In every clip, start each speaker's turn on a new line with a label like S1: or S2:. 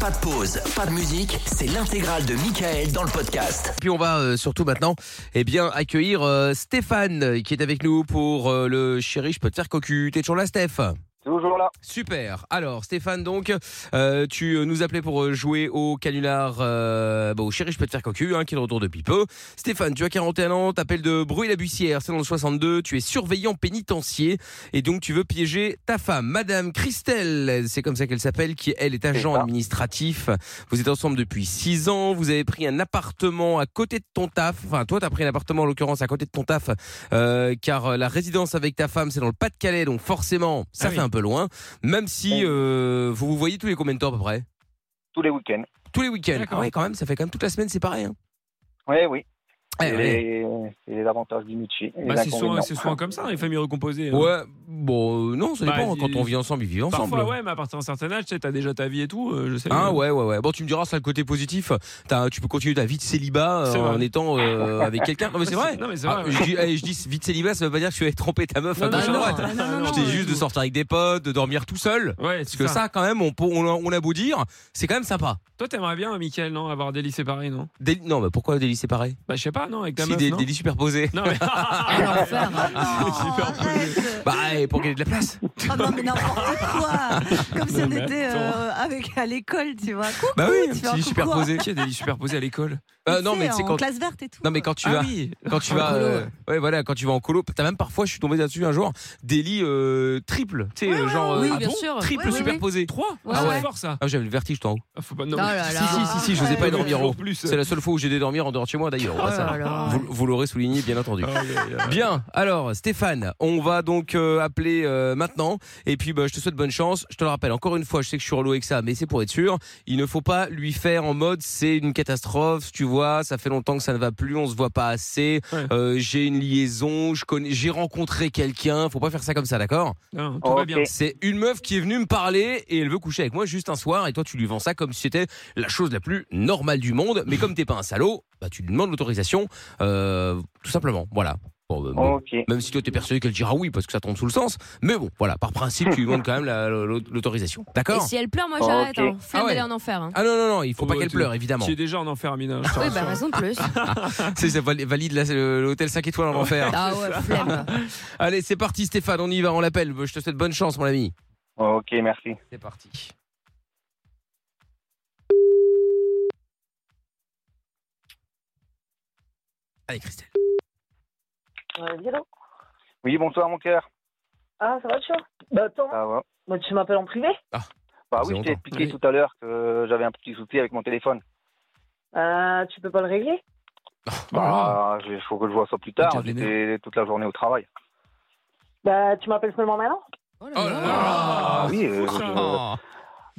S1: Pas de pause, pas de musique, c'est l'intégrale de Michael dans le podcast.
S2: Puis on va euh, surtout maintenant eh bien, accueillir euh, Stéphane euh, qui est avec nous pour euh, le chéri, je peux te faire cocu. T'es toujours là, Steph
S3: Toujours là.
S2: Super. Alors, Stéphane, donc, euh, tu euh, nous appelais pour euh, jouer au canular, euh, bah, au chéri, je peux te faire cocu, hein, qui est de retour depuis peu. Stéphane, tu as 41 ans, t'appelles de Bruy-la-Bussière, c'est dans le 62, tu es surveillant pénitencier et donc tu veux piéger ta femme, Madame Christelle, c'est comme ça qu'elle s'appelle, qui elle est agent
S3: C'est ça.
S2: administratif. Vous êtes ensemble depuis 6 ans, vous avez pris un appartement à côté de ton taf, enfin, toi, t'as pris un appartement en l'occurrence à côté de ton taf euh, car euh, la résidence avec ta femme, c'est dans le Pas-de-Calais, donc forcément, ça
S4: Ah
S2: fait
S4: oui.
S2: un peu loin. Même si
S3: Oui.
S2: euh, vous vous voyez tous les combien de temps à peu près
S3: Tous les week-ends.
S2: Tous les week-ends.
S4: D'accord.
S2: Ah ouais, quand même, ça fait quand même toute la semaine, c'est pareil. hein.
S3: Oui, oui.
S2: Eh,
S3: C'est
S2: ouais.
S3: les, c'est les avantages du Michi. et
S4: Bah,
S3: les
S4: c'est souvent,
S3: inconvénients.
S4: c'est souvent comme ça, les familles recomposées. hein.
S2: Ouais, bon, euh, non, ça
S4: Bah,
S2: dépend.
S4: il-
S2: Quand on vit ensemble, ils vivent ensemble.
S4: Parfois, ouais, mais à partir d'un certain âge, tu sais, t'as déjà ta vie et tout, euh, je sais.
S2: Ah
S4: euh,
S2: ouais ouais ouais bon tu me diras ça le côté positif T'as- tu peux continuer ta vie de célibat euh,
S4: C'est vrai.
S2: en étant euh, avec quelqu'un non mais c'est vrai
S4: Non, mais c'est
S2: Ah,
S4: vrai.
S2: je, dis, eh, je dis vie de célibat ça veut pas dire que tu vas tromper ta meuf à
S4: non,
S2: gauche à
S4: non,
S2: droite.
S4: non, non,
S2: je
S4: non,
S2: dis
S4: non,
S2: juste
S4: du
S2: de
S4: tout.
S2: sortir avec des potes de dormir tout seul
S4: Ouais,
S2: Parce
S4: c'est
S2: que ça, quand même, on, peut- on a, on a beau dire, c'est quand même sympa.
S4: Toi, t'aimerais bien, Michael, non Avoir des lits séparés, non
S2: Des- non, mais pourquoi des lits séparés
S4: Bah, je sais pas, non, avec ta
S2: Si,
S4: meuf,
S2: des,
S4: non
S2: des lits superposés.
S4: Non, mais.
S5: Ah, l'enfer.
S4: super
S2: Bah, et pour gagner de la place.
S5: Ah non, mais n'importe quoi Comme si
S4: Non,
S5: on
S4: mais
S5: était euh, avec, à l'école, tu vois. Coucou,
S2: Bah oui, un
S5: tu
S2: petit
S5: vois,
S2: lit
S5: coucou.
S2: superposé.
S4: Qui a des lits superposés à l'école
S2: Euh, non,
S5: Tu
S2: mais
S5: sais,
S2: c'est
S5: en
S2: quand.
S5: classe verte et tout.
S2: Non mais quand tu
S4: Ah
S2: vas,
S4: oui
S2: quand tu
S4: En
S2: vas,
S4: colo,
S2: euh,
S4: ouais.
S2: ouais voilà, quand tu vas en colo, t'as même parfois, je suis tombé là-dessus un jour, des lits euh, triples, tu sais, euh, genre
S6: oui,
S2: euh,
S6: bien sûr.
S2: triple
S6: Oui, oui,
S2: superposé.
S4: Trois
S6: Ouais,
S4: Ah
S2: ouais.
S4: ouais, fort ça
S2: Ah j'avais le vertige tout en haut.
S4: Ah, Faut pas. Non,
S6: Oh
S4: mais-
S6: là
S4: si,
S6: là.
S4: si, si, si,
S2: Si, je n'osais pas
S4: Ouais,
S2: dormir
S5: Oh
S2: en haut.
S4: toujours plus.
S2: C'est la seule fois où j'ai dû dormir en dehors de chez moi d'ailleurs.
S4: Ah,
S2: ça,
S4: là là.
S2: Vous, vous l'aurez souligné bien
S4: Euh.
S2: entendu. Bien, alors Stéphane, on va donc euh, appeler euh, maintenant. Et puis bah, je te souhaite bonne chance. Je te le rappelle encore une fois, je sais que je suis relou avec ça, mais c'est pour être sûr. Il ne faut pas lui faire en mode c'est une catastrophe, tu vois, ça fait longtemps que ça ne va plus, on se voit pas assez,
S4: Ouais.
S2: euh, j'ai une liaison, je connais, j'ai rencontré quelqu'un. Faut pas faire ça comme ça, d'accord
S4: Non, tout va bien.
S3: Ok.
S2: C'est une meuf qui est venue me parler et elle veut coucher avec moi juste un soir et toi tu lui vends ça comme si c'était la chose la plus normale du monde. Mais comme t'es pas un salaud, bah, tu lui demandes l'autorisation, euh, tout simplement. Voilà. Bon, bah, bon.
S3: Ok.
S2: Même si toi t'es persuadé qu'elle dira oui parce que ça tombe sous le sens. Mais bon, voilà, par principe, tu lui demandes quand même la- la- l'autorisation.
S6: Et
S2: D'accord
S6: si elle pleure, moi
S3: Ok.
S6: j'arrête. Hein. Flemme
S2: Ah ouais.
S6: d'aller en enfer. hein.
S2: Ah non, non, non, il faut
S4: Oh,
S2: pas
S4: bah,
S2: qu'elle
S4: tu-
S2: pleure, évidemment.
S4: Tu es déjà en enfer, Mina.
S2: Ah,
S4: je te
S6: Oui, bah
S4: rassure.
S6: raison de plus.
S2: C'est ça val- valide la- le- l'hôtel 5 étoiles en enfer.
S6: Ah ouais, flemme.
S2: Allez, c'est parti Stéphane, on y va, on l'appelle. Je te souhaite bonne chance, mon ami.
S3: Ok, merci.
S2: C'est parti. Allez, Christelle.
S7: Ouais, dis donc.
S3: Oui, bonsoir, mon cœur.
S7: Ah, ça va, tu vois Bah, attends,
S3: Ça va
S7: bah, tu m'appelles en privé
S3: Bah
S2: Ça
S3: oui,
S2: faisait
S3: je t'ai
S2: longtemps.
S3: expliqué
S4: Oui.
S3: tout à l'heure que j'avais un petit souci avec mon téléphone.
S7: euh, Tu peux pas le régler
S4: Oh là
S3: Bah,
S4: là.
S3: il faut que je vois ça plus tard.
S4: Tiens,
S3: J'étais toute la journée au travail.
S7: Bah, tu m'appelles seulement maintenant
S6: Oh
S2: Oh là
S6: là
S2: Ah,
S6: là.
S2: là
S3: Ah oui, euh,
S4: fou, ça.
S3: je-
S2: Oh.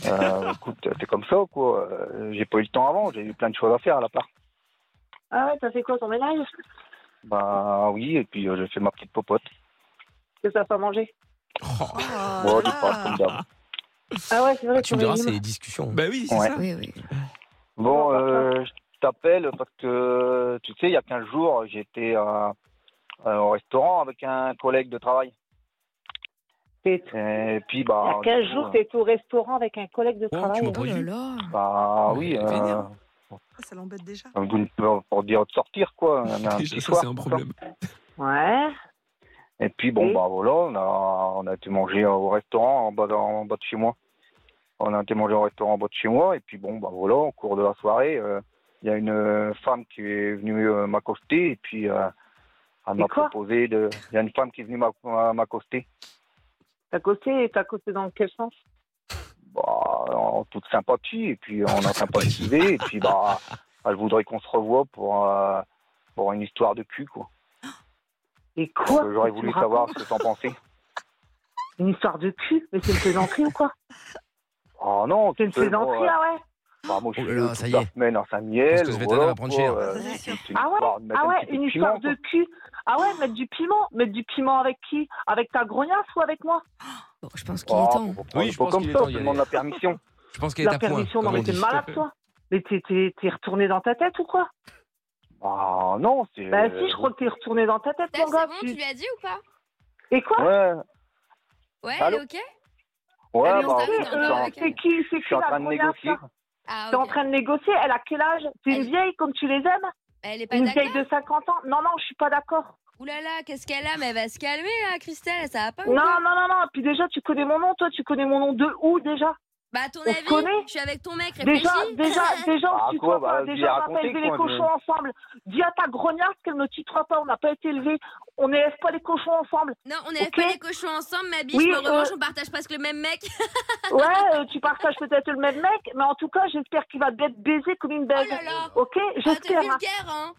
S3: euh, écoute, c'est comme ça, quoi. Euh, J'ai pas eu le temps avant, j'ai eu plein de choses à faire à la part.
S7: Ah ouais, t'as fait quoi ton ménage
S3: Bah oui, et puis euh, j'ai fait ma petite popote.
S7: Que ça pas manger
S5: Oh
S4: Ah.
S5: là
S3: Bon, du
S5: là.
S3: pas, comme d'hab.
S7: Ah ouais, c'est vrai,
S2: Ah, Tu me diras, c'est
S7: régimes.
S2: les discussions.
S4: Bah oui, c'est
S3: Ouais.
S4: ça.
S6: Oui, oui.
S3: Bon,
S7: bah,
S3: euh, je t'appelle parce que, tu sais, il y a 15 jours, j'étais à- à- au restaurant avec un collègue de travail.
S7: T'es tout-
S3: Et puis,
S7: Il y
S3: bah.
S7: a 15
S3: du coup,
S7: jours, t'étais au restaurant avec un collègue de
S4: Oh,
S7: travail.
S4: tu m'en-
S6: Oh là là.
S3: Bah
S4: Ouais,
S3: oui,
S4: elle est
S3: euh,
S4: Ah, vénère.
S5: Ah, Ça l'embête déjà.
S3: vous ne pouvez pas dire de sortir, quoi. On a un
S4: Déjà,
S3: petit
S4: ça,
S3: soir,
S4: c'est un
S3: pour ça.
S4: problème.
S7: Ouais.
S3: Et puis, bon,
S7: Oui.
S3: bah voilà, on a, on a été manger au restaurant en bas, de- en bas de chez moi. On a été manger au restaurant en bas de chez moi. Et puis, bon, bah voilà, au cours de la soirée, euh, il y a une euh, femme qui est venue euh, m'accoster. Et puis, euh, elle m'a
S7: quoi
S3: proposé de. Il y a une femme qui est venue m'a- m'accoster.
S7: T'as costé, t'as costé dans quel sens
S3: Bah, en toute sympathie. Et puis, on a sympathisé. et puis, bah, elle voudrait qu'on se revoie pour, euh, pour une histoire de cul, quoi.
S7: Et quoi
S3: Euh, J'aurais voulu
S7: Tu me
S3: savoir
S7: racontes
S3: ce que t'en pensais.
S7: Une histoire de cul Mais c'est une plaisanterie ou quoi
S3: Oh non,
S7: C'est une
S3: tu sais,
S7: plaisanterie,
S3: moi,
S7: ah ouais
S3: bah, moi, je
S2: Oh
S3: suis
S2: là là,
S3: toute
S2: ça y
S3: la
S2: est.
S3: semaine à
S2: Parce que
S3: Saint-Miel.
S2: ce
S3: voilà,
S2: vétérinaire va prendre
S3: quoi,
S2: cher.
S3: euh,
S5: Ça, c'est sûr.
S3: c'est une
S7: Ah
S3: histoire
S7: ouais,
S3: de mettre
S7: ah
S3: un
S7: ouais,
S3: petit peu
S7: une
S3: de
S7: histoire
S3: piment,
S7: de cul. Ah ouais, mettre du piment. Mettre du piment avec qui Avec ta grognasse ou avec moi
S6: Bon, je pense qu'il
S3: quoi.
S6: est
S3: Oh,
S6: temps.
S3: faut pas-
S2: Oui, je
S3: faut
S2: pense
S3: comme
S2: qu'il est
S3: ça,
S2: temps
S3: on
S2: d'y
S3: te demande
S2: aller.
S3: la permission.
S2: Je pense qu'elle est
S7: La
S2: à point.
S7: permission, non
S2: comme on
S7: mais t'es
S2: dit.
S4: tout à
S7: malade toi Mais t'es- t'es t'es retourné dans ta tête ou quoi
S3: Ah non, c'est.
S7: Bah si, je crois que t'es retourné dans ta tête,
S6: Bah,
S7: mon gars. tu-
S6: lui as dit ou pas
S7: Et quoi
S3: Ouais,
S6: Ouais,
S3: Allô
S6: ok
S3: ouais,
S6: Ah, mais
S3: bah,
S6: on s'arrête,
S3: je suis
S6: on
S3: en-
S6: Ah, va-
S7: Euh, C'est qui, c'est
S3: je
S7: qui
S3: suis en
S7: la
S3: train de
S7: grognasse
S3: négocier.
S7: là
S6: Ah,
S7: T'es en
S6: ok.
S7: train de négocier. Elle a quel âge T'es une
S6: Elle-
S7: vieille comme tu les aimes
S6: Elle est pas
S7: Une vieille
S6: Bah, d'accord. Ah,
S7: de 50 ans Non, non, je suis pas d'accord.
S6: Ouh là là, qu'est-ce qu'elle a Mais elle va se calmer là, Christelle, ça va pas ou
S7: Non,
S6: quoi
S7: non, non, non. Puis déjà, tu connais mon nom, toi, tu connais mon nom de où déjà
S6: Bah à ton
S7: on se
S6: avis,
S7: connaît
S6: je suis avec ton mec, réfléchis.
S7: Déjà, déjà, déjà,
S3: Ah,
S7: on se
S3: quoi,
S7: tutoie
S3: bah,
S7: pas.
S3: vas-y,
S7: Déjà, on n'a pas
S3: racontez,
S7: élevé les
S3: quoi, je-
S7: cochons ensemble. Dis à ta grognasse qu'elle ne tutoie pas. On n'a pas été élevés. On n'élève pas les cochons ensemble.
S6: Non, on n'élève
S7: Ok.
S6: pas les cochons ensemble, ma biche,
S7: Oui,
S6: mais en
S7: euh,
S6: revanche, on partage presque le même mec. Ah,
S7: Ouais, euh, tu partages peut-être le même mec, mais en tout cas, j'espère qu'il va être baisé comme une
S6: Oh
S7: bête.
S6: là là
S7: Ok,
S6: Ah, t'es
S7: j'espère. hein.
S6: vulgaire, hein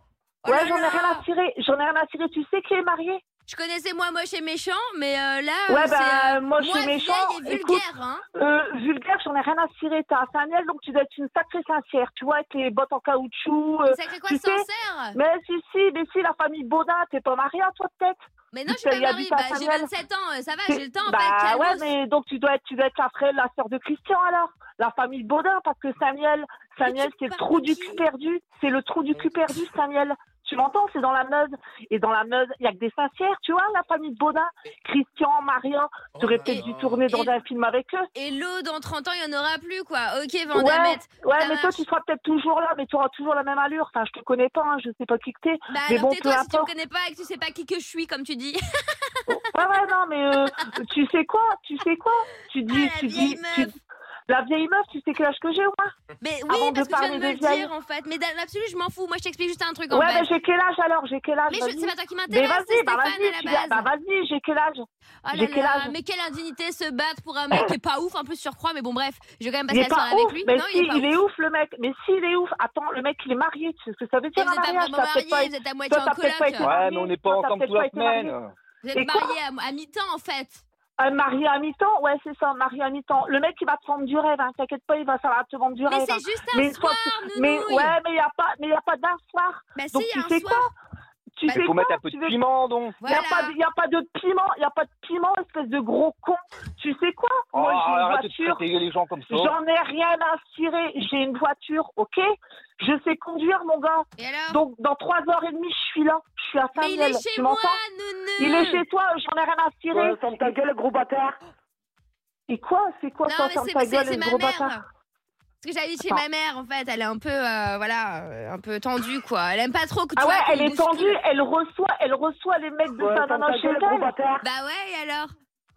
S6: Oh là
S7: Ouais, j'en ai
S6: là.
S7: rien à tirer. J'en ai rien à tirer. Tu sais qui est marié
S6: Je connaissais moi moche et méchant, mais euh, là,
S7: Ouais,
S6: euh, c'est,
S7: bah,
S6: euh,
S7: moi, je suis
S6: vieille
S7: méchant.
S6: et vulgaire,
S7: Écoute,
S6: hein.
S7: euh, vulgaire, j'en ai rien à tirer. T'as un saniel, donc tu dois être une sacrée sincère. Tu vois, avec les bottes en caoutchouc. euh,
S6: Mais Sacré quoi,
S7: tu sais-
S6: sincère
S7: Mais si, si, mais si, la famille Baudin, t'es pas marié à toi, peut-être
S6: Mais non, je suis
S7: Putain,
S6: pas
S7: il y a
S6: mariée,
S7: du
S6: bah,
S7: pain
S6: j'ai
S7: Samuel.
S6: 27 ans, euh, ça va,
S7: T'es-
S6: j'ai le temps, pas
S7: Bah
S6: être
S7: ouais,
S6: calmos.
S7: mais donc tu dois être, tu dois être la frère, la sœur de Christian alors, la famille Baudin, parce que Samuel, Samuel,
S6: tu
S7: c'est le
S6: parles
S7: trou
S6: de
S7: du
S6: qui
S7: cul perdu, c'est le trou du cul perdu, Samuel. Tu m'entends, c'est dans la Meuse. Et dans la Meuse, il y a que des sincères, tu vois, la famille Baudin, Christian, Maria, tu aurais
S2: Oh,
S7: peut-être dû tourner dans
S6: Et-
S7: un film avec eux.
S6: Et l'eau, dans 30 ans, il y en aura plus, quoi. Ok,
S7: Ouais,
S6: Vandamette.
S7: ouais,
S6: ça
S7: mais toi,
S6: marche.
S7: tu seras peut-être toujours là, mais tu auras toujours la même allure. Enfin, je te connais pas, hein, je sais pas qui que t'es.
S6: Bah
S7: mais
S6: alors
S7: bon,
S6: tais-toi
S7: peu
S6: si tu me
S7: importe.
S6: connais pas et que tu sais pas qui que je suis, comme tu dis.
S7: Ouais, ouais, non, mais euh, tu sais quoi, tu sais quoi, tu dis,
S6: Ah, la
S7: tu
S6: vieille
S7: dis, tu-
S6: meuf.
S7: la vieille meuf, tu sais quel âge que j'ai, moi.
S6: Mais oui,
S7: Avant
S6: parce
S7: de
S6: que tu viens
S7: parler
S6: de me le
S7: des vieilles.
S6: dire, en fait. Mais dans l'absolu, je m'en fous. Moi, je t'explique juste un truc, en
S7: Ouais, bah,
S6: fait.
S7: mais j'ai quel âge alors J'ai quel âge
S6: Mais
S7: vas-y
S6: je- c'est pas toi qui
S7: Mais
S6: m'intéresse, c'est
S7: vas-y, bah
S6: Stéphane
S7: vas-y, tu
S6: à
S7: vas-
S6: la
S7: bah
S6: base.
S7: vas-y, j'ai quel âge
S6: Oh là
S7: j'ai quel
S6: là,
S7: âge
S6: mais quelle indignité se battre pour un mec qui est pas ouf, un peu surcroît, mais bon bref, je vais quand même passer la
S7: Il est
S6: soirée
S7: pas
S6: avec
S7: ouf,
S6: lui.
S7: mais
S6: non,
S7: si,
S6: il est pas
S7: il
S6: ouf.
S7: est ouf le mec, mais si, il est ouf. Attends, le mec, il est marié, tu sais ce que ça veut
S6: Et
S7: dire
S6: vous
S7: un
S6: êtes pas
S7: mariage
S6: vraiment
S7: T'as peut-être pas
S6: mariés, vous êtes à moitié
S7: toi,
S6: en
S7: t'as peut-être pas
S6: coloc.
S7: été
S6: euh,
S3: Ouais,
S7: marié,
S3: mais on n'est
S7: toi,
S3: pas
S7: t'as
S3: ensemble
S7: peut-être
S3: toute la
S7: été marié.
S3: semaine.
S6: Vous êtes
S7: Et quoi
S6: mariés à, à mi-temps en fait.
S7: Un mari à mi-temps Ouais, c'est ça, un mari à mi-temps. Le mec, il va te vendre du rêve, hein, t'inquiète pas, il va savoir te vendre du
S6: mais
S7: rêve.
S6: c'est
S7: hein.
S6: juste un
S7: Mais une fois
S6: soir,
S7: que- mais
S6: nounouille.
S7: ouais, mais il n'y a pas, mais il y a pas d'un soir.
S6: bah
S7: Donc
S6: si, il y
S7: tu
S6: a un
S7: sais
S6: soir.
S7: quoi Tu
S6: Bah,
S7: sais
S3: Il faut
S7: quoi
S3: mettre un peu
S7: Tu
S3: de
S7: veux-
S3: piment, donc.
S7: Il
S6: Voilà.
S7: n'y a, pas de piment, il n'y a pas de piment, espèce de gros con. Tu sais quoi
S3: Oh,
S7: Moi, j'ai une
S3: arrête de
S7: voiture,
S3: traiter les gens comme
S8: Oh.
S3: ça.
S7: j'en ai rien à cirer. J'ai une voiture, ok Je sais conduire, mon gars.
S6: Et alors
S7: Donc, dans trois heures et demie, je suis là. Je suis à
S6: Mais il est
S7: Samuel.
S6: chez
S7: Tu
S6: moi,
S7: m'entends
S6: nounou.
S7: Il est chez toi, j'en ai rien à cirer.
S8: Ouais, ferme ta gueule, gros bâtard.
S7: Et quoi C'est quoi
S6: Non
S7: ça,
S6: mais
S7: ferme
S6: c'est-
S7: ta
S6: c'est
S7: gueule,
S6: c'est
S7: le
S6: ma
S7: gros
S6: mère.
S7: bâtard
S6: Parce que j'allais chez
S7: Attends.
S6: ma mère en fait, elle est un peu euh, voilà, euh, un peu tendue quoi. Elle aime pas trop que tu
S7: Ah ouais,
S6: vois, qu'on
S7: elle est
S6: bouscule.
S7: tendue, elle reçoit, elle reçoit les mecs de
S8: Ouais,
S7: sa
S8: ferme
S7: nana
S8: ta
S7: chez
S8: gueule, gros
S7: elle.
S8: bâtard.
S6: Bah ouais, et alors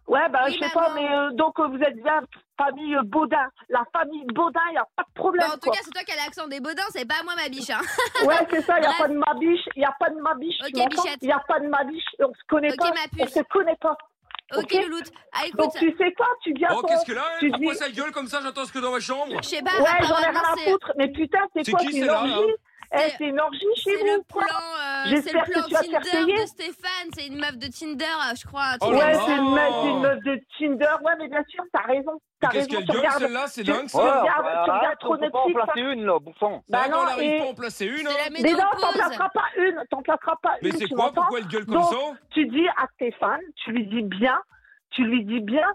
S7: Ouais, bah,
S6: Oui,
S7: je sais
S6: maman.
S7: pas, mais euh, donc euh, vous êtes bien famille euh, Baudin. La famille Baudin, il n'y a pas de problème.
S6: Bah, en tout
S7: quoi.
S6: cas, c'est toi qui as l'accent des Baudins, c'est pas moi ma biche. Hein.
S7: Ouais, c'est ça, il n'y a
S6: Bref.
S7: pas de ma biche, il n'y a pas de ma biche,
S6: Ok,
S7: tu m'entends
S6: bichette.
S7: Il n'y a pas de ma biche, et on se connaît
S6: Ok,
S7: pas,
S6: ma
S7: on
S6: puce.
S7: se connaît pas.
S6: Ok,
S7: Ok.
S6: louloute. Ah écoute,
S7: Donc tu sais quoi, tu viens
S4: Oh,
S7: ton-
S4: qu'est-ce que là
S7: Tu
S4: elle Pourquoi
S7: dis-
S4: ça gueule comme ça J'entends ce que dans ma chambre
S6: je sais pas,
S7: Ouais, j'en ai rien
S6: apparemment
S7: à
S6: c'est
S7: foutre, mais putain, c'est
S4: C'est
S7: quoi,
S4: qui,
S7: c'est une
S4: celle-là, là hein
S7: orgie Eh,
S6: C'est-
S7: c'est une orgie chez
S6: c'est le
S7: vous,
S6: plan,
S7: quoi
S6: euh, c'est
S7: J'espère
S6: le
S7: que
S6: plan
S7: tu vas te faire
S6: Tinder
S7: payer.
S6: de Stéphane, c'est une meuf de Tinder, euh, je crois. un truc
S4: Oh
S7: Ouais,
S4: là
S6: comme ça.
S7: c'est une, meuf,
S4: là.
S7: c'est une meuf de Tinder, ouais, mais bien sûr, t'as raison, t'as
S4: Qu'est-ce
S7: raison,
S4: qu'elle
S7: tu
S4: gueule
S7: regardes.
S4: celle-là C'est
S7: tu-
S4: dingue
S7: tu
S4: ça
S7: regardes-
S3: bah,
S7: tu regardes
S3: arrête,
S7: trop
S3: on peut pas en
S7: Netflix, hein.
S3: placer une, là, bon sang.
S7: Bah
S4: non,
S7: non,
S4: elle arrive
S7: et-
S4: pas à en placer
S6: C'est
S4: une hein.
S6: la
S7: Mais non, t'en
S6: ménopause.
S7: placeras pas une, t'en placeras pas
S4: Mais
S7: une,
S4: c'est
S7: tu
S4: quoi
S7: m'entends
S4: Pourquoi elle gueule comme
S7: Donc,
S4: ça
S7: tu dis à Stéphane, tu lui dis bien, tu lui dis bien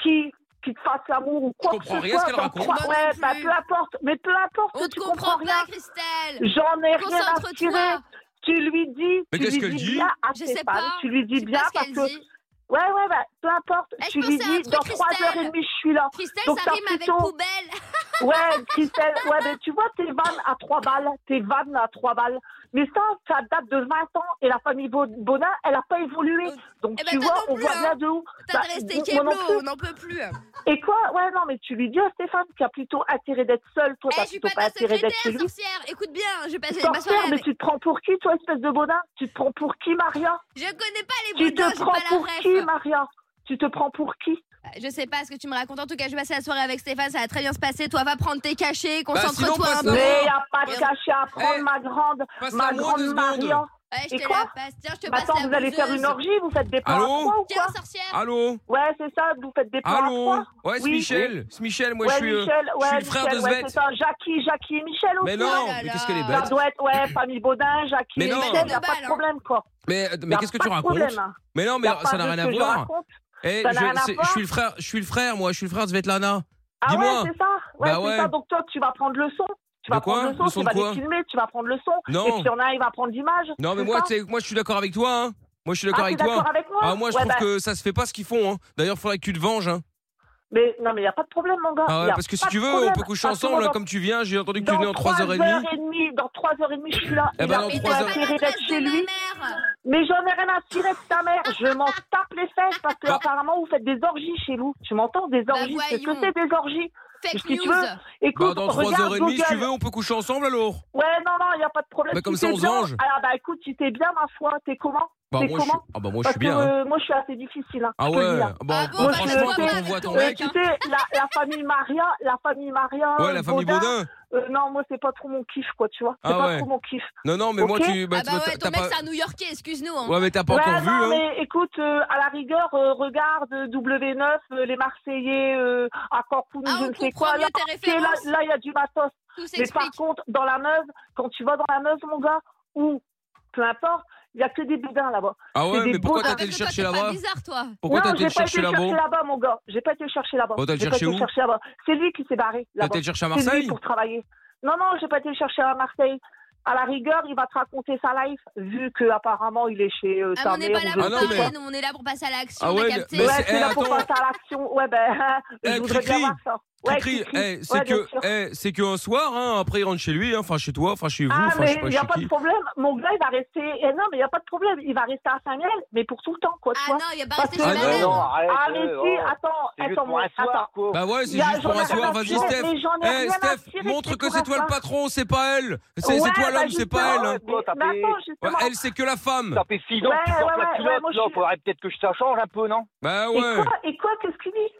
S7: qu'il qu'il te fasse l'amour ou quoi
S4: Je
S7: que
S4: comprends
S7: ce
S4: rien à
S7: soit.
S4: ce qu'elle
S7: dans
S4: raconte.
S7: trois-
S6: Moi non
S7: Ouais, bah
S6: plus.
S7: peu importe, mais peu importe,
S6: On
S7: que
S6: te
S7: tu comprends
S6: comprend
S7: rien.
S6: pas, Christelle.
S7: J'en ai rien à tirer.
S6: Concentre-toi.
S7: Tu lui dis,
S4: Mais
S7: tu
S4: qu'est-ce
S7: lui
S4: qu'elle
S7: dis
S4: dit
S7: bien à
S6: Je sais
S7: Stéphane,
S6: pas.
S7: tu lui
S6: Je
S7: dis
S6: sais
S7: bien
S6: pas ce
S7: parce
S6: qu'elle
S7: que
S6: dit.
S7: ouais ouais bah, peu importe,
S6: Eh, je
S7: tu lui
S6: pensais à un
S7: dis
S6: truc,
S7: dans trois heures et
S6: Christelle.
S7: demie je suis là.
S6: Christelle,
S7: Donc,
S6: ça
S7: t'as
S6: rime avec
S7: plutôt-
S6: poubelle.
S7: Ouais, Christelle, ouais, mais tu vois tes vannes à trois balles, tes vannes à trois balles. Mais ça, ça date de 20 ans et la famille Bo- Bonin, elle n'a pas évolué. Donc
S6: Eh ben,
S7: tu
S6: toi
S7: vois,
S6: non
S7: on
S6: plus,
S7: voit
S6: hein.
S7: bien de où.
S6: T'as
S7: Bah,
S6: resté
S7: moi
S6: Keblo,
S7: non plus.
S6: on n'en peut plus.
S7: Et quoi Ouais, non, mais tu lui dis à Stéphane qu'il y a plutôt intérêt d'être seul, toi,
S6: Eh,
S7: t'as
S6: je suis
S7: plutôt
S6: pas
S7: pas
S6: ta
S7: intérêt d'être chez
S6: secrétaire,
S7: lui.
S6: sorcière. Écoute bien, je passais ma soirée
S7: Sorcière, mais
S6: avec.
S7: tu te prends pour qui, toi, espèce de Bonin Tu te prends pour qui, Maria
S6: Je connais pas les
S7: Tu
S6: boudins,
S7: te
S6: j'ai
S7: prends
S6: pas la
S7: pour qui,
S6: ref.
S7: Maria Tu te prends pour qui
S6: Je sais pas ce que tu me racontes. En tout cas, je vais passer la soirée avec Stéphane, ça va très bien se passer. Toi, va prendre tes cachets,
S4: sinon,
S6: concentre-toi
S4: passe
S6: un peu.
S4: la-
S7: Mais il a pas de
S4: Eh,
S7: cachet à prendre,
S4: eh,
S7: ma grande,
S4: Passe
S7: ma
S4: à moi
S7: grande
S4: deux
S8: hein.
S7: Maria.
S4: secondes
S6: Ouais, je
S7: Et
S6: te
S7: quoi
S6: la passe. Tiens, je te
S7: Mais
S6: passe
S7: attends,
S6: la
S7: vous allez faire une
S6: bouseuse.
S7: orgie Vous faites des plans
S4: Allô
S7: à trois ou quoi
S6: Tiens, sorcière.
S4: Allô
S7: Ouais, c'est ça, vous faites des plans à
S4: Allô
S7: trois
S4: Ouais, c'est
S7: Oui,
S4: Michel C'est Michel, moi
S7: ouais,
S4: je suis. euh,
S7: Michel, ouais,
S4: suis le frère
S7: Michel,
S2: de
S7: ouais,
S2: Svet.
S7: c'est ça. Jackie, Jackie et Michel aussi.
S2: euh, Mais
S6: Oh
S2: non
S6: là
S2: Mais qu'est-ce qu'elle est
S6: là.
S7: Ça
S2: bête
S7: doit être, ouais, famille Baudin, Jackie
S2: Mais
S7: et
S2: non.
S7: Michel, y a pas
S6: Global,
S7: de
S6: hein.
S7: problème, quoi.
S2: Mais, euh, mais
S7: Y a
S2: qu'est-ce que
S7: pas
S2: tu
S7: de
S2: racontes
S7: problème, hein.
S2: Mais non, mais
S7: Y a pas
S2: ça n'a
S7: de
S2: rien
S7: ce
S2: à
S7: que je
S2: voir.
S7: raconte.
S2: Eh,
S7: Ça
S2: je,
S7: n'a rien à
S2: c'est- je
S7: voir.
S2: suis le frère, je suis le frère, moi, je suis le frère de Svetlana.
S7: Ah ouais,
S2: Dis-moi.
S7: c'est ça. Ouais,
S2: Bah
S7: c'est
S2: ouais.
S7: ça. Donc toi, tu vas prendre le son. Tu
S2: De
S7: vas
S2: quoi
S7: prendre le son,
S2: Le son
S7: tu
S2: de
S7: vas
S2: quoi
S7: les filmer, tu vas prendre le son.
S2: Non.
S7: Et puis il y en a un, il va prendre l'image.
S2: Non, mais
S7: c'est
S2: moi,
S7: ça
S2: tu sais, moi, je suis d'accord avec toi. Hein. Moi, je suis d'accord
S7: Ah, t'es
S2: avec toi.
S7: d'accord avec moi
S2: Ah, moi, je
S7: Ouais,
S2: trouve
S7: bah,
S2: que ça se fait pas ce qu'ils font. Hein. D'ailleurs, faudrait que tu te venges. Hein.
S7: Mais non, mais il n'y a pas de problème, mon gars.
S2: Ah ouais,
S7: Y a
S2: parce que si
S7: pas
S2: tu
S7: de
S2: veux, on
S7: problème.
S2: peut coucher
S7: Parce que
S2: ensemble.
S7: moi,
S2: Comme tu viens, j'ai entendu que tu
S7: dans
S2: venais en 3h30.
S7: 3h30, dans 3h30, je suis là.
S2: Eh
S7: Il
S2: ben,
S7: a
S2: dans
S7: pas
S2: trois heures-
S7: intérêt d'être chez lui.
S6: ma mère.
S7: Mais j'en ai rien à tirer de ta mère. Je m'en tape les fesses parce
S2: Bah.
S7: que apparemment vous faites des orgies chez vous. Tu m'entends Des orgies. C'est ce que
S6: voyons.
S7: c'est des orgies
S6: Fake
S7: Si tu
S6: news.
S7: veux. Écoute,
S2: Bah, dans
S7: regarde
S2: 3h30, si tu
S7: Google.
S2: veux, on peut coucher ensemble alors.
S7: Ouais, non, non, il n'y a pas de problème.
S2: Bah, comme
S7: Si
S2: ça,
S7: t'es
S2: on se
S7: bien-
S2: venge.
S7: Ah bah écoute, si t'es bien, ma foi, t'es comment
S2: Bah,
S7: T'es
S2: moi, je suis...
S7: comment
S2: ah, bah, moi, je
S7: Parce
S2: suis bien.
S7: que
S2: hein.
S7: euh, moi je suis assez difficile. Hein,
S2: Ah
S7: je te le
S2: ouais
S7: dis,
S2: bah,
S7: hein.
S6: Ah bon,
S2: bah,
S7: bah,
S2: Franchement,
S7: je-
S2: quand on voit ton
S6: Ouais,
S7: Euh,
S2: mec.
S7: tu sais, la, la famille Maria, la famille Maria.
S2: Ouais, la famille
S7: Baudin,
S2: Baudin.
S7: euh, non, moi, c'est pas trop mon kiff, quoi, tu vois. C'est
S2: Ah
S7: pas
S2: ouais.
S7: trop mon kiff.
S2: Non, non, mais moi,
S7: Ok.
S2: tu. bah,
S6: Ah
S2: tu-
S6: bah ouais,
S2: t'as
S6: ton mec
S2: pas-
S6: c'est un New Yorkais, excuse-nous. hein.
S2: Ouais, mais t'as pas encore
S7: Ouais,
S2: vu,
S7: non,
S2: hein.
S7: mais écoute, euh, à la rigueur, euh, regarde euh, W9, euh, les Marseillais euh, à Cancun,
S6: Ah,
S7: je
S6: on
S7: ne sais
S6: comprend
S7: quoi.
S6: mieux
S7: Là,
S6: tes
S7: c'est- là,
S6: références.
S7: là, il y a du matos.
S6: Tout
S7: Mais par
S6: s'explique.
S7: contre, dans la Meuse, quand tu vas dans la Meuse, mon gars, ou peu importe, il y a que des bédins là-bas.
S2: Ah ouais,
S7: c'est des
S2: mais pourquoi
S7: beaux
S2: t'as
S6: Parce
S2: été le
S6: que toi,
S2: chercher
S6: t'es pas
S2: là-bas
S6: bizarre, toi.
S2: Pourquoi t'as
S7: non,
S2: été
S7: j'ai
S2: le
S7: pas été
S2: chercher
S7: le chercher
S2: là-bas
S7: là-bas, mon gars. J'ai pas été le chercher là-bas.
S2: Bon, t'as le
S7: J'ai pas
S2: cherché
S7: été le
S2: où
S7: chercher là-bas. C'est lui qui s'est barré
S2: T'as
S7: là-bas.
S2: été le chercher à
S7: C'est lui
S2: Marseille
S7: pour travailler. Non, non, j'ai pas été le chercher à Marseille. À la rigueur, il va te raconter sa life, vu que apparemment il est chez euh,
S6: Ah, mais
S7: sa
S6: on n'est
S7: mère
S6: pas là
S7: ou je
S6: pour
S2: non,
S7: sais
S2: mais-
S7: quoi.
S6: parler, nous, on est là pour passer à l'action,
S2: Ah
S6: on a
S2: ouais,
S6: capté.
S2: mais
S7: ouais,
S2: c'est-
S7: c'est
S2: eh,
S7: là pour
S2: attends.
S7: passer à l'action. Ouais, ben, hein,
S2: Eh,
S7: je voudrais
S2: Cricri.
S7: bien voir ça. Ouais,
S2: Cricri,
S7: Cricri.
S2: eh,
S7: Ouais,
S2: c'est
S7: bien
S2: que,
S7: sûr.
S2: eh, c'est qu'un soir, hein, après il rentre chez lui, hein, enfin chez toi, enfin chez vous,
S7: Ah,
S2: enfin je
S7: mais
S2: sais pas
S7: il n'y a
S2: chez
S7: pas de
S2: qui.
S7: problème. Mon gars, il va rester. eh non, mais il n'y a pas de problème. Il va rester à Saint-Miel, mais pour tout le temps, quoi. Tu
S6: Ah
S7: vois
S6: non, il a pas resté chez
S2: Ah
S6: ma
S2: non,
S6: mère.
S2: non.
S3: arrête.
S7: ah, mais
S3: euh,
S7: si,
S3: oh,
S7: attends,
S3: c'est juste
S7: attends,
S3: pour
S7: moi,
S3: un soir,
S7: attends.
S3: quoi.
S2: Bah ouais,
S7: Il
S2: c'est
S7: y a-
S2: juste
S7: j'en
S2: pour
S7: ai
S2: un
S7: rien
S2: soir,
S7: à
S2: vas-y
S7: tirer,
S2: Steph.
S7: mais j'en ai
S2: Eh
S7: rien à
S2: Steph,
S7: tirer,
S2: montre
S7: c'est
S2: que
S7: pour
S2: c'est
S7: un
S2: toi le
S7: soir.
S2: patron, c'est pas elle. C'est c'est
S7: Ouais,
S2: toi
S7: bah,
S2: l'homme, c'est pas elle. hein.
S3: Toi,
S7: justement,
S3: t'as
S7: Mais, mais
S3: payé.
S7: attends,
S2: Ouais,
S7: justement.
S2: elle, c'est que la femme.
S3: Ça fait 6 ans que tu
S7: Ouais,
S3: portes
S7: ouais,
S3: la
S7: ouais,
S3: culotte,
S7: moi, je
S3: non
S7: suis-
S3: Faudrait peut-être que je ça change un peu, non
S2: Bah
S7: Et
S2: ouais.
S7: quoi, et quoi, qu'est-ce qu'il dit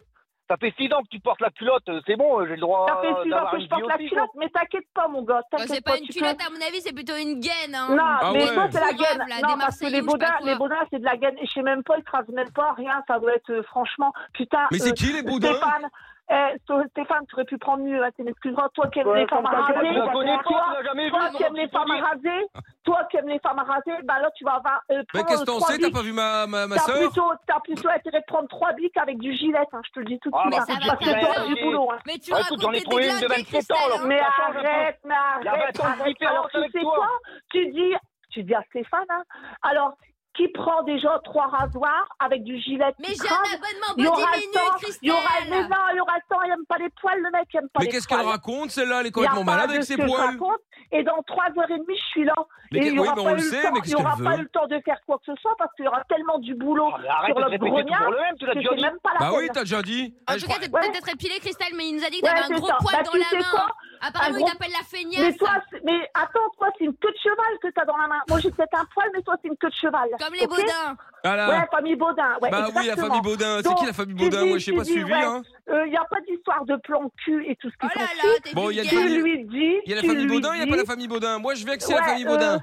S3: Ça fait 6 ans que tu portes la culotte, euh, c'est bon, euh, j'ai le droit
S7: T'as fait
S3: euh,
S7: suivre
S3: d'avoir
S7: que
S3: une
S7: je porte la
S3: vie aussi,
S7: culotte, mais t'inquiète pas, mon gars,
S6: Bah,
S7: t'inquiète
S6: C'est
S7: pas,
S6: pas une
S7: tu peux.
S6: culotte, à mon avis, c'est plutôt une gaine. hein.
S7: Non,
S2: Ah
S7: mais
S2: ouais.
S7: toi, c'est la
S6: Grave,
S7: gaine.
S6: là, des
S7: non, parce que
S6: Marseillais,
S7: les
S6: je sais pas
S7: Baudins,
S6: quoi.
S7: les Baudins, c'est de la gaine. Et je sais même pas, ils tracent même pas rien. Ça doit être, euh, franchement, putain.
S2: Mais
S7: euh,
S2: c'est qui les boudins
S7: Stéphane, eh, so- Stéphane, tu aurais pu prendre mieux. Hein, c'est- excuse-moi, toi qui aimes
S3: Ouais,
S7: les femmes
S3: comme ta gueule,
S7: rasées,
S3: hein. je la connais pas, tu
S7: toi,
S3: l'as jamais
S6: Ah,
S7: toi
S3: vue,
S7: qui aimes
S3: moi,
S7: les
S3: tu peux
S7: femmes
S3: dire.
S7: rasées, toi qui aimes les femmes rasées, bah là tu vas avoir euh,
S2: Mais
S7: prendre
S2: qu'est-ce que t'en
S7: trois
S2: sais T'as
S7: bics.
S2: pas vu ma, ma, ma
S7: T'as
S2: soeur
S7: plutôt, t'as plutôt intérêt de prendre trois bics avec du gilet, hein, je te le dis tout de
S3: Ah,
S7: suite.
S3: bah,
S7: hein,
S6: ça va
S7: parce
S6: faire
S7: que toi,
S6: mal.
S7: du boulot. hein.
S6: Mais tu
S3: Bah,
S6: racontes
S3: écoute, j'en ai
S6: des
S3: trouvé une
S6: blagues
S3: de
S6: de
S3: 27 ans,
S6: Christelle,
S3: alors.
S6: hein.
S7: Mais
S3: Ça change
S7: arrête, mais
S3: y a
S7: arrête,
S3: 20 ans de
S7: arrête.
S3: différence
S7: Alors, tu
S3: avec
S7: sais
S3: toi.
S7: quoi Tu dis, tu dis à Stéphane, hein, alors, qui prend déjà trois rasoirs avec du gilet
S6: Mais
S7: qui
S6: j'ai
S7: crame,
S6: un abonnement
S7: il y aura
S6: body
S7: le
S6: menu,
S7: temps, il y aura, mais
S6: Christelle.
S7: non, il y aura le temps, il aime pas les poils, le mec, il aime pas
S2: Mais
S7: les
S2: qu'est-ce qu'elle
S7: poils.
S2: raconte celle-là Elle est
S7: Il y a
S2: complètement
S7: pas
S2: malade
S7: de
S2: avec
S7: ce
S2: ses
S7: que je
S2: poils.
S7: raconte, Et dans trois heures et demie, je suis là.
S2: Mais
S7: et
S2: qu'est-
S7: il y
S2: oui,
S7: aura
S2: mais
S7: pas
S2: on le
S7: eu le
S2: sait,
S7: temps-
S2: mais qu'est-ce
S7: il y aura
S2: qu'elle
S7: pas
S2: veut
S7: eu le temps de faire quoi que ce soit parce qu'il y aura tellement du boulot
S3: Ah, mais arrête
S7: sur
S3: de te
S7: le
S3: répéter toujours
S7: grognard
S3: le même, tu l'as
S7: que
S3: déjà
S7: c'est
S3: dit.
S7: même pas la
S2: Bah oui,
S7: peine.
S2: t'as déjà dit.
S6: En
S2: Eh, je
S6: tout cas, t'es
S2: crois-
S7: Ouais.
S6: peut-être épilé, Christelle, mais il nous a dit que
S7: Ouais,
S6: t'avais un
S7: c'est
S6: gros
S7: ça.
S6: poil
S7: Bah,
S6: dans la
S7: tu sais
S6: main.
S7: quoi
S6: Apparemment,
S7: Un
S6: il
S7: gros-
S6: t'appelle la
S7: Mais
S6: feignasse.
S7: toi, c'est- mais attends, toi, c'est une queue de cheval que t'as dans la main. Moi, j'ai peut-être un poil, mais toi, c'est une queue de cheval.
S6: Comme les
S7: ok
S6: Baudins.
S2: Ah là.
S7: Ouais, famille Baudin. Ouais,
S2: bah oui, la
S7: exactement.
S2: famille Baudin. C'est
S7: Donc,
S2: qui la famille
S7: tu
S2: Baudin
S7: dis-
S2: Moi, je sais
S7: tu
S2: pas
S7: dis,
S2: suivi.
S7: ouais.
S2: Hein.
S7: Il n'y a pas d'histoire de plan cul et tout ce
S6: Oh
S7: qui
S6: là
S7: s'ensuit.
S6: là, t'es
S2: Bon, il y a
S6: vulgaire.
S2: des-
S7: Tu lui dis.
S2: Il y a la
S7: tu
S2: famille
S7: lui
S2: Baudin, il y a
S7: dis-
S2: pas la famille Baudin. Moi, je viens que c'est la
S7: Ouais,
S2: famille
S7: euh,
S2: Baudin.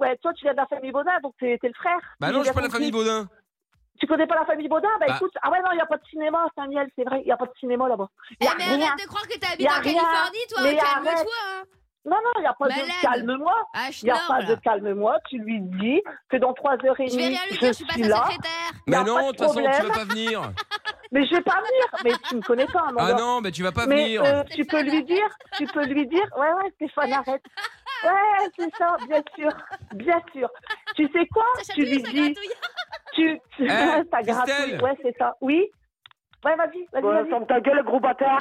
S7: Ouais, toi, tu viens de la famille Baudin, donc t'es t'es le frère.
S2: Bah
S7: Tu
S2: non,
S7: viens
S2: j'ai pas la
S7: de
S2: famille Baudin.
S7: Tu connais pas la famille Baudin Bah,
S2: Bah.
S7: écoute, ah ouais, non, il n'y a pas de cinéma à Saint-Miel, c'est vrai, il n'y a pas de cinéma là-bas.
S6: Eh,
S7: Il y a
S6: mais
S7: rien.
S6: arrête de croire que t'habites
S7: Y a
S6: en
S7: rien.
S6: Californie, toi.
S7: Mais
S6: Calme-toi.
S7: arrête.
S6: hein.
S7: Non, non, il n'y a pas
S6: Malade.
S7: de calme-moi.
S6: Ah,
S7: Il n'y a
S6: schnorr,
S7: pas
S6: là.
S7: de calme-moi. Tu lui dis que dans 3h30,
S6: Je vais rien lui
S7: je
S6: dire, je suis pas sa
S7: là.
S6: secrétaire.
S7: Y a
S2: Mais non,
S7: pas
S2: de
S7: de
S2: toute façon, tu
S7: problème.
S2: vas pas venir.
S7: Mais je vais pas venir. Mais tu me connais pas, mon
S2: Ah
S7: gars.
S2: non, mais tu vas pas
S7: Mais
S2: venir.
S7: euh, tu peux lui dire, tu peux lui dire, ouais, ouais, Stéphane, arrête. Ouais, c'est ça, bien sûr, bien sûr. Tu sais quoi
S6: Ça
S7: Tu lui
S6: chatouille, ça
S7: dis,
S6: gratouille.
S7: tu, tu
S2: Eh,
S7: ça gratouille,
S2: Christelle.
S7: ouais, c'est ça. Oui Ouais, vas-y, vas-y, vas-y. ta gueule, gros bâtard.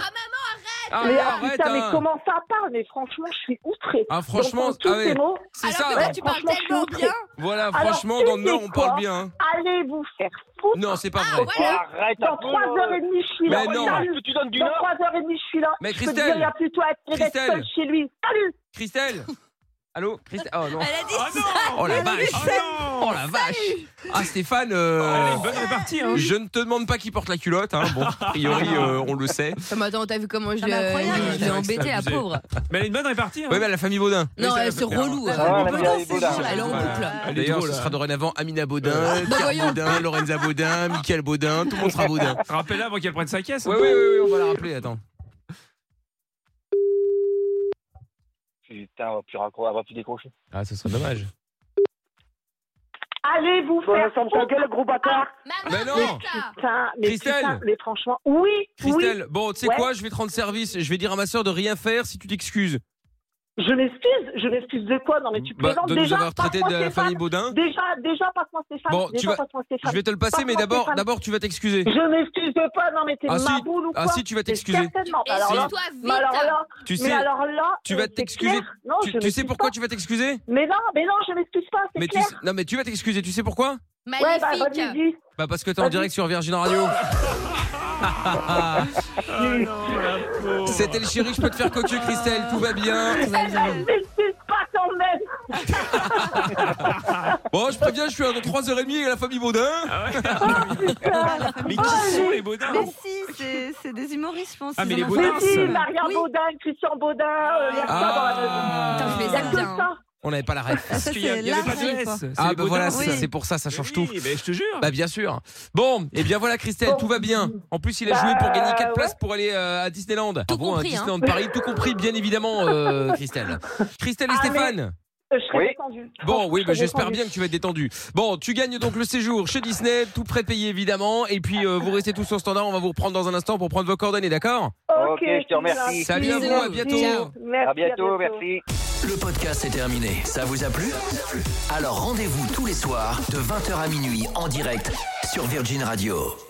S2: Ah
S7: mais
S2: mais
S7: ah,
S2: arrête.
S7: putain,
S2: hein.
S7: mais comment ça parle Mais franchement, je suis outrée.
S2: Ah franchement,
S7: J'entends tous
S2: ah ouais,
S7: ces mots.
S2: c'est
S6: Alors
S2: ça.
S6: que
S7: ouais.
S6: toi, tu parles
S7: Franchement, je suis
S6: tellement bien.
S2: Voilà,
S7: Alors,
S2: franchement,
S7: tu
S2: dans le Nord,
S7: sais
S2: on parle
S7: quoi
S2: bien. hein.
S7: Allez vous faire foutre.
S2: Non, c'est pas
S6: Ah,
S2: vrai.
S6: ouais.
S3: quoi. Arrête
S7: Dans
S3: un peu. euh.
S7: 3h30, je suis là.
S2: Mais non.
S7: Salut.
S3: Tu donnes du
S7: Dans
S3: nord
S7: 3h30, je suis là.
S2: Mais
S7: Je peux te
S2: Christelle.
S7: dire, il y a plus toi à être d'être
S2: Christelle.
S7: seul chez lui. Salut
S2: Christelle. Allô, Christelle. Oh non.
S6: Elle a dit ça.
S2: Oh la vache. Oh la vache. Ah Stéphane.
S4: Oh,
S2: euh,
S8: Allez, bonne répartie, hein.
S2: Je ne te demande pas qui porte la culotte, hein. bon, a priori, euh, on le sait.
S9: Mais attends, t'as vu comment je
S5: Ah, mais incroyable.
S9: l'ai- je l'ai
S8: Ouais, c'est
S9: embêtée, la
S8: abusé.
S9: pauvre.
S8: Mais elle est une bonne répartie, hein.
S2: Ouais, mais la famille Baudin.
S9: Non,
S8: ça,
S9: elle
S8: ça
S9: se
S8: fait peur.
S9: relou.
S5: Ah,
S9: elle.
S5: ouais,
S3: Ah, la
S5: Baudin,
S3: vieille
S5: c'est
S3: Baudin.
S5: bon, là,
S9: elle est en
S2: Voilà.
S9: boucle. là.
S8: Elle est
S2: D'ailleurs,
S8: drôle,
S2: ce
S8: là.
S2: sera dorénavant Amina Baudin, Pierre
S9: voyons.
S2: Baudin, Lorenza Baudin, Michael Baudin, tout le monde sera Baudin.
S8: Rappelle-la avant qu'elle prenne sa caisse. hein.
S2: Ouais, ouais, ouais, ouais, on va la rappeler, attends.
S3: Putain, on va plus raccro- on va plus décrocher.
S2: Ah, ce serait dommage.
S7: Allez vous faire foutre.
S3: gros bâtard.
S6: Maman,
S2: Mais non.
S6: arrête, là.
S7: Putain, mais
S2: Christelle.
S7: putain, mais franchement, oui, oui.
S2: Christelle, bon, tu sais
S7: Ouais.
S2: quoi, je vais te rendre service. Je vais dire à ma soeur de rien faire si tu t'excuses.
S7: Je m'excuse, je m'excuse de quoi Non mais tu
S2: Bah,
S7: plaisantes
S2: de nous
S7: déjà.
S2: avoir traité
S7: passe-moi
S2: de la
S7: Stéphane.
S2: famille Baudin.
S7: Déjà, déjà passe-moi Stéphane.
S2: Bon, tu
S7: déjà,
S2: vas-
S7: passe-moi Stéphane.
S2: Je vais te le passer, mais
S7: Passe-moi
S2: d'abord,
S7: Stéphane.
S2: d'abord, tu vas t'excuser.
S7: Je m'excuse de pas, non mais t'es
S2: Ah,
S7: ma
S2: si.
S7: boule ou quoi
S2: Ah si, tu vas
S7: Mais
S2: t'excuser.
S7: Certainement.
S6: Et
S7: alors là,
S6: toi
S7: mais alors
S6: vite
S7: là,
S2: Tu
S7: mais
S2: sais,
S7: alors là,
S2: tu
S7: euh,
S2: vas
S7: c'est
S2: t'excuser.
S7: clair. Non,
S2: tu, tu
S7: Oh, je
S2: sais
S7: m'excuse
S2: pourquoi
S7: pas.
S2: tu vas t'excuser
S7: Mais non, mais non, je m'excuse pas, c'est
S2: Mais tu,
S7: clair.
S2: non, mais tu vas t'excuser. Tu sais pourquoi
S7: Ouais, bah
S6: Magnifique
S7: vas-y, dis.
S2: Bah parce que t'es en
S7: Vas-y.
S2: direct sur Virgin Radio. C'était le chéri, je peux te faire cocu, Christelle. Tout va bien.
S7: Je m'excuse pas quand même.
S2: Bon, je préviens, je suis à 3h30 à la famille Baudin.
S8: Mais
S2: Oh,
S8: qui sont les Baudins
S5: Ah, Mais si, c'est- c'est des humoristes, je pense.
S8: Ah,
S5: ils
S8: mais
S5: en
S8: les
S5: ont
S8: Baudins,
S5: fait.
S7: Mais si,
S8: Mince.
S7: Maria
S5: Oui.
S7: Baudin, Christian Baudin, euh, il y a que ça dans la maison.
S6: Putain, je
S7: Il y a
S6: fais
S7: que ça.
S2: Ah. On n'avait pas la ref.
S5: Ah,
S8: Parce
S5: ça,
S8: qu'il y a-
S5: c'est
S8: il y avait
S5: la
S8: pas de
S5: règle,
S8: S.
S5: quoi.
S8: c'est
S2: Ah
S8: les
S2: bah
S8: Baudins.
S2: voilà,
S5: oui.
S2: c'est c'est pour ça, ça change tout.
S8: Mais je te jure.
S2: Bah bien sûr. Bon, et bien voilà Christelle,
S7: Bon.
S2: tout va bien. En plus, il a
S7: Bah,
S2: joué pour gagner 4
S7: ouais.
S2: places pour aller euh, à Disneyland.
S6: Tout
S2: Bravo, hein,
S6: compris, hein.
S2: Disneyland Paris, tout compris bien évidemment euh, Christelle. Christelle et
S7: Ah, mais-
S2: Stéphane.
S7: Euh, Je serais
S3: Oui.
S7: détendue.
S2: Bon, oui,
S7: Je
S2: bah,
S7: serais
S2: j'espère
S7: détendue.
S2: bien que tu vas être détendu. Bon, tu gagnes donc le séjour chez Disney, tout prépayé évidemment et puis euh, vous restez tous sur standard, on va vous reprendre dans un instant pour prendre vos coordonnées, d'accord
S3: Ok, je te remercie.
S2: Salut à
S6: Bisous.
S2: vous, à bientôt.
S6: Ciao.
S7: Merci,
S3: À bientôt, merci.
S1: Le podcast est terminé. Ça vous a plu Alors rendez-vous tous les soirs de 20h à minuit en direct sur Virgin Radio.